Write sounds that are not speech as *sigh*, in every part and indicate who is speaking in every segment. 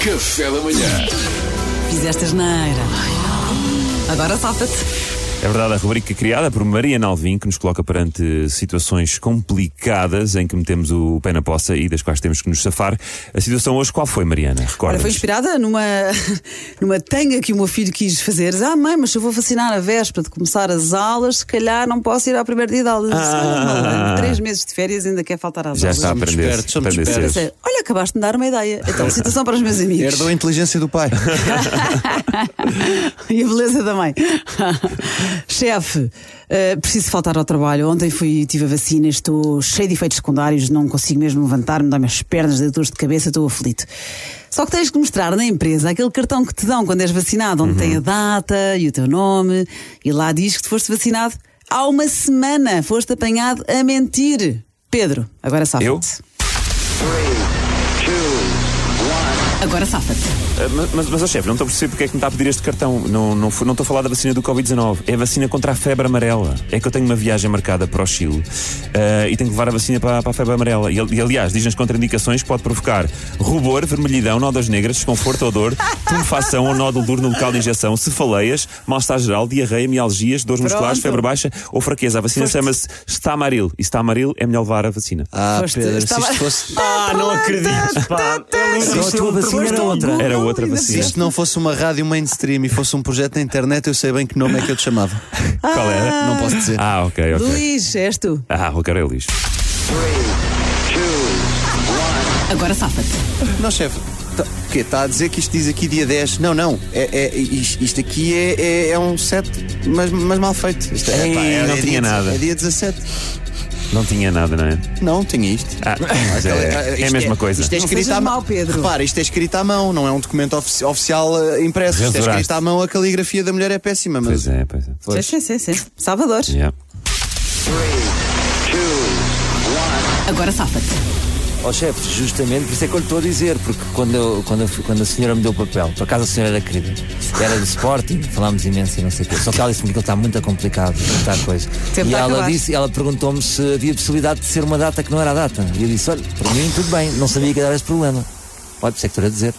Speaker 1: Café da manhã.
Speaker 2: Fizeste asneira. Agora safa-te.
Speaker 3: É verdade, a rubrica criada por Maria Nalvim, que nos coloca perante situações complicadas em que metemos o pé na poça e das quais temos que nos safar. A situação hoje qual foi, Mariana? Recorda?
Speaker 2: Ora, foi inspirada numa, *laughs* numa tanga que o meu filho quis fazer. Diz, ah, mãe, mas se eu vou vacinar a véspera de começar as aulas, se calhar não posso ir ao primeiro dia de aulas. Disse, "Ah, malandro, Três meses de férias ainda quer faltar às
Speaker 3: Já
Speaker 2: aulas.
Speaker 3: está a aprender.
Speaker 4: espertos, somos
Speaker 3: aprender
Speaker 4: espertos.
Speaker 3: cedo.
Speaker 2: Disse, Olha, acabaste de me dar uma ideia. Então, situação para os meus amigos.
Speaker 4: Herdou a inteligência do pai.
Speaker 2: *laughs* e a beleza da mãe. Chefe, eh, preciso faltar ao trabalho. Ontem fui, tive a vacina, estou cheio de efeitos secundários, não consigo mesmo levantar-me, dá-me as pernas, dei dores de cabeça, estou aflito. Só que tens que mostrar na empresa aquele cartão que te dão quando és vacinado, onde tem a data e o teu nome, e lá diz que te foste vacinado há uma semana, foste apanhado a mentir. Pedro, agora
Speaker 3: Eu?
Speaker 2: safa-te. Agora safa-te.
Speaker 3: Ah, Mas, mas, ó, chefe, não estou a perceber porque é que me está a pedir este cartão. Não, não, fui- não estou a falar da vacina do Covid-19. É a vacina contra a febre amarela. É que eu tenho uma viagem marcada para o Chile ah, e tenho que levar a vacina para, para a febre amarela. E, al- e, aliás, diz nas contraindicações que pode provocar rubor, vermelhidão, nodas negras, desconforto ou dor, tumefação ou nódulo duro no local de injeção, cefaleias, mal-estar geral, diarreia, mialgias, dores musculares, febre baixa ou fraqueza. A vacina chama-se Stamaril. E Stamaril é melhor levar a vacina.
Speaker 4: *laughs* Ah,
Speaker 2: Foste-
Speaker 4: Pedro, se
Speaker 2: estava-
Speaker 4: isto *laughs*
Speaker 3: *laughs*
Speaker 4: fosse.
Speaker 2: Ah, não acredito, pá.
Speaker 3: Só a tua vacina era outra. Era outra
Speaker 4: Se
Speaker 3: vacina.
Speaker 4: isto não fosse uma rádio mainstream e fosse um projeto na internet, eu sei bem que nome é que eu te chamava.
Speaker 3: Qual era?
Speaker 4: Não posso dizer.
Speaker 3: *laughs* Ah, ok, ok.
Speaker 2: Luís, és tu.
Speaker 3: Ah, o cara é lixo.
Speaker 2: Agora safa-te.
Speaker 4: Não, chefe. tá- O quê? Está a dizer que isto diz aqui dia 10? Não, não. É, é- is- isto aqui é, é- é um set, mas, mas mal feito. Isto é,
Speaker 3: Ei, não
Speaker 4: dia
Speaker 3: tinha
Speaker 4: de-
Speaker 3: nada.
Speaker 4: É dia 17.
Speaker 3: Não tinha nada, não é?
Speaker 4: Não, tinha isto.
Speaker 3: Ah, mas é, é a
Speaker 4: Isto
Speaker 3: mesma coisa.
Speaker 4: Isto é
Speaker 2: Não
Speaker 4: escrito
Speaker 2: sejas
Speaker 4: à mão.
Speaker 2: mau, Pedro.
Speaker 4: Repara, isto é escrito à mão, não é um documento ofici- oficial eh, impresso. Isto é
Speaker 3: Rasuraste.
Speaker 4: escrito à mão, a caligrafia da mulher é péssima, mas
Speaker 3: Pois é, pois é.
Speaker 2: Sim, sim, sim. sim. Salvador.
Speaker 3: Yeah.
Speaker 2: Agora safa-te.
Speaker 5: Ó chefe, justamente, por isso é que eu lhe estou a dizer, porque quando, eu- quando, eu fui- quando a senhora me deu o papel, por acaso a senhora era querida, era do Sporting, falámos imenso e não sei o quê, só que ela disse-me que ele está muito complicado, muita coisa.
Speaker 2: Sempre
Speaker 5: e
Speaker 2: está a
Speaker 5: ela
Speaker 2: acabar.
Speaker 5: disse, ela perguntou-me se havia possibilidade de ser uma data que não era a data. E eu disse, olha, para mim tudo bem, não sabia que era esse problema. Olha, por isso é que estou a dizer.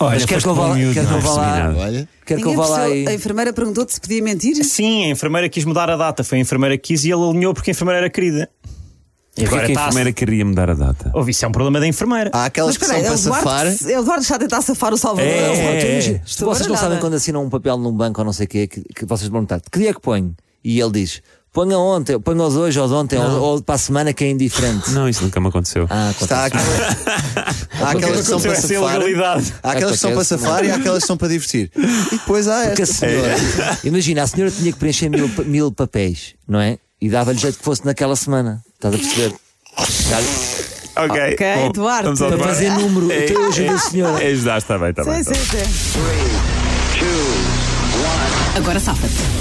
Speaker 5: Mas quer que eu vá
Speaker 6: um
Speaker 5: lá, quer que eu
Speaker 6: é
Speaker 5: vá
Speaker 3: percebi nada.
Speaker 5: lá, quer que eu vá lá
Speaker 2: A
Speaker 5: e...
Speaker 2: enfermeira perguntou-te se podia mentir.
Speaker 6: Sim, a enfermeira quis mudar a data. Foi a enfermeira que quis e ele alinhou porque a enfermeira era querida.
Speaker 5: E
Speaker 3: Agora a
Speaker 5: fica em
Speaker 3: enfermeira queria mudar a data.
Speaker 6: Ouvi, isso é um problema da enfermeira.
Speaker 5: Ah.
Speaker 4: há aquelas que são
Speaker 2: é
Speaker 4: para
Speaker 2: o
Speaker 4: safar.
Speaker 2: Duarte, é o Duarte está a tentar safar o Salvador.
Speaker 3: É, é, é.
Speaker 5: Se vocês não sabem quando assinam um papel num banco ou não sei o quê, que, que vocês perguntam, que dia é que ponho? E ele diz, ponha ontem, ponha-os hoje, ou de ontem, ou, ou para a semana que é indiferente.
Speaker 3: Não, isso nunca me aconteceu.
Speaker 5: Ah,
Speaker 4: Está
Speaker 5: acontece.
Speaker 4: aquela-
Speaker 6: *laughs*
Speaker 4: há aquelas que são para
Speaker 6: Aconteceu essa
Speaker 4: safar.
Speaker 6: ilegalidade.
Speaker 4: Há aquelas que são para
Speaker 5: Acontece,
Speaker 4: safar e há aquelas que são para divertir. E depois há esta
Speaker 5: Porque a
Speaker 6: assim,
Speaker 5: senhora,
Speaker 4: senhora.
Speaker 5: imagina, a senhora tinha que preencher mil, pa- mil papéis, não é? E dava-lhe jeito que fosse naquela semana. Estás a perceber? Dá-lhe-
Speaker 3: Ok,
Speaker 2: Ok, Duarte.
Speaker 3: vamos ao
Speaker 2: Para
Speaker 3: Duarte.
Speaker 5: fazer número.
Speaker 3: É,
Speaker 5: Então eu ajudo
Speaker 3: é,
Speaker 5: a senhora.
Speaker 3: é, Ajudar, está bem, está bem. está bem.
Speaker 2: Agora safa-te.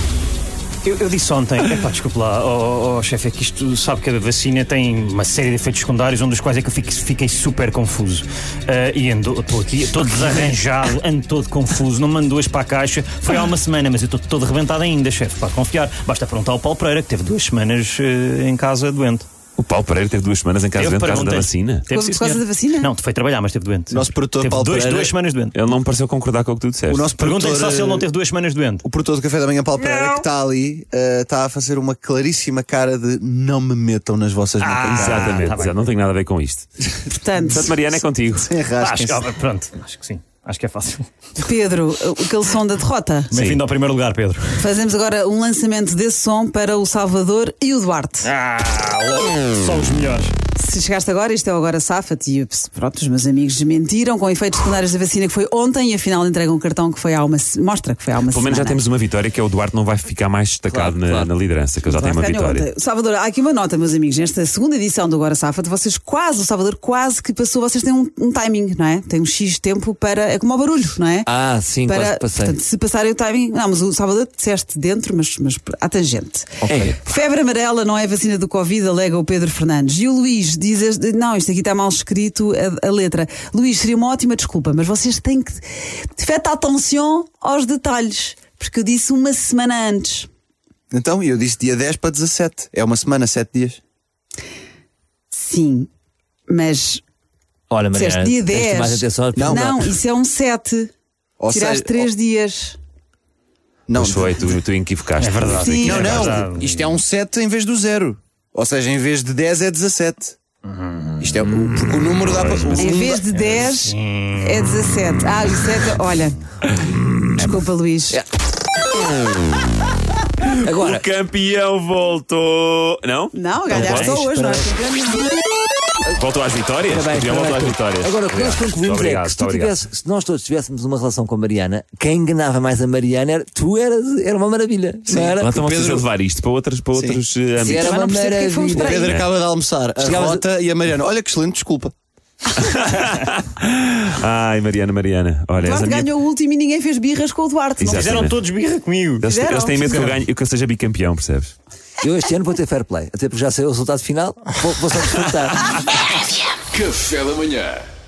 Speaker 6: Eu, eu disse ontem, epá, desculpe lá, oh, oh, oh, chefe, é que isto sabe que a vacina tem uma série de efeitos secundários, um dos quais é que eu fiquei, fiquei super confuso. Ah, e ando, estou aqui todo desarranjado, ando todo confuso, não mando duas para a caixa. Foi há uma semana, mas eu estou todo arrebentado ainda, chefe, para confiar. Basta perguntar ao Paulo Pereira, que teve duas semanas eh, em casa doente.
Speaker 3: O Paulo Pereira teve duas semanas em casa
Speaker 6: Teve,
Speaker 3: dentro de casa da
Speaker 6: perguntei.
Speaker 3: vacina.
Speaker 6: Teve,
Speaker 2: Por
Speaker 6: sim,
Speaker 2: causa
Speaker 6: senhor.
Speaker 2: da vacina?
Speaker 6: Não, foi trabalhar, mas teve doente.
Speaker 4: Nosso produtor
Speaker 6: teve
Speaker 4: Paulo
Speaker 6: dois,
Speaker 4: Pereira-
Speaker 6: duas semanas doente.
Speaker 3: Ele não me pareceu concordar com o que tu disseste.
Speaker 4: O nosso
Speaker 6: Perguntem é, só
Speaker 4: produtor,
Speaker 6: se ele não
Speaker 4: eh,
Speaker 6: teve duas semanas doente.
Speaker 4: O produtor do Café da Manhã, Paulo Pereira, que está ali, eh, está a fazer uma claríssima cara de não me metam nas vossas
Speaker 3: Ah.
Speaker 4: macacas.
Speaker 3: Exatamente,
Speaker 6: tá bem.
Speaker 3: exato, não tenho nada a ver com isto.
Speaker 2: Portanto,
Speaker 3: Portanto, Mariana é contigo.
Speaker 4: Enrasquem-se.
Speaker 6: Acho que- ah, pronto, acho que sim. Acho que é fácil.
Speaker 2: Pedro, aquele som da derrota.
Speaker 6: Bem-vindo ao primeiro lugar, Pedro.
Speaker 2: Fazemos agora um lançamento desse som para o Salvador e o Duarte.
Speaker 6: Ah, só os melhores.
Speaker 2: Se chegaste agora, isto é o Agora Safa-te. E ups, pronto, os meus amigos mentiram com efeitos secundários da vacina que foi ontem e afinal entregam um cartão que foi há uma. se- Mostra que foi há uma
Speaker 3: Pelo
Speaker 2: semana.
Speaker 3: menos já temos uma vitória, que é o Duarte não vai ficar mais destacado
Speaker 5: Claro,
Speaker 3: na,
Speaker 5: claro.
Speaker 3: na liderança, que ele já tem uma
Speaker 2: Ganhou
Speaker 3: vitória.
Speaker 2: ontem. Salvador, há aqui uma nota, meus amigos. Nesta segunda edição do Agora Safa, vocês quase, o Salvador quase que passou, vocês têm um, um timing, não é? Tem um X tempo para. É como o barulho, não é?
Speaker 5: Ah, sim,
Speaker 2: para,
Speaker 5: quase passei.
Speaker 2: Portanto, se passarem o timing. Não, mas o Salvador disseste dentro, mas, mas à tangente.
Speaker 5: Ok.
Speaker 2: Febre amarela não é vacina do Covid, alega o Pedro Fernandes. E o Luís diz: este- não, isto aqui está mal escrito a, a letra. Luís, seria uma ótima desculpa, mas vocês têm que. Fete atenção aos detalhes, porque eu disse uma semana antes.
Speaker 4: Então, eu disse dia 10 para 17. É uma semana, 7 dias.
Speaker 2: Sim, mas
Speaker 5: Olha, Mariana,
Speaker 2: Disseste dia
Speaker 5: tens de
Speaker 2: 10.
Speaker 5: mais atenção.
Speaker 2: não,
Speaker 4: Não, não.
Speaker 2: isso é um 7.
Speaker 4: Ou
Speaker 2: Tiraste
Speaker 4: seja,
Speaker 2: 3 dias.
Speaker 4: Não,
Speaker 3: Mas foi, tu, tu equivocaste.
Speaker 6: É verdade.
Speaker 2: Sim.
Speaker 6: aqui é
Speaker 4: Não,
Speaker 6: verdade.
Speaker 4: não. Isto é um 7 em vez do 0. Ou seja, em vez de 10 é 17. Isto é o- porque o número dá para. o
Speaker 2: Em
Speaker 4: número
Speaker 2: vez
Speaker 4: dá-
Speaker 2: de 10, é 17. Ah, o 7, olha.
Speaker 5: É.
Speaker 2: Desculpa, Luís.
Speaker 3: O campeão voltou. Não?
Speaker 2: Não,
Speaker 5: Então
Speaker 2: ganhaste só
Speaker 3: Não
Speaker 2: hoje, não é?
Speaker 3: Voltou às vitórias? o
Speaker 5: Parabéns,
Speaker 3: campeão voltou às
Speaker 5: parabéns.
Speaker 3: vitórias.
Speaker 5: Agora, o que nós
Speaker 3: Obrigado.
Speaker 5: concluímos é
Speaker 3: Obrigado,
Speaker 5: que se, tu
Speaker 3: obrigado.
Speaker 5: tivesse- se nós todos tivéssemos uma relação com a Mariana, quem enganava mais a Mariana era tu eras, era uma maravilha. Sim, era,
Speaker 3: Então vamos
Speaker 4: Pedro-
Speaker 3: levar isto para outros, para outros eh, âmbitos.
Speaker 5: era
Speaker 2: Também
Speaker 5: uma
Speaker 2: não percebo porque é que fomos para
Speaker 5: maravilha.
Speaker 2: aí.
Speaker 4: Pedro acaba de almoçar. A
Speaker 5: Chegavas a-
Speaker 4: Rota e a Mariana. Olha que excelente, desculpa.
Speaker 3: Ai, Mariana, Mariana. Olha, és a
Speaker 2: Duarte
Speaker 3: minha-
Speaker 2: ganhou o último e ninguém fez birras com o Duarte. não
Speaker 3: Exato.
Speaker 6: Fizeram todos birra comigo.
Speaker 3: Eles,
Speaker 2: Fizeram.
Speaker 3: eles têm medo que eu, ganhe, que eu seja bicampeão, percebes?
Speaker 5: Eu este ano vou ter fair play, até porque já sei o resultado final, vou, vou só desfrutar.
Speaker 1: Café da manhã.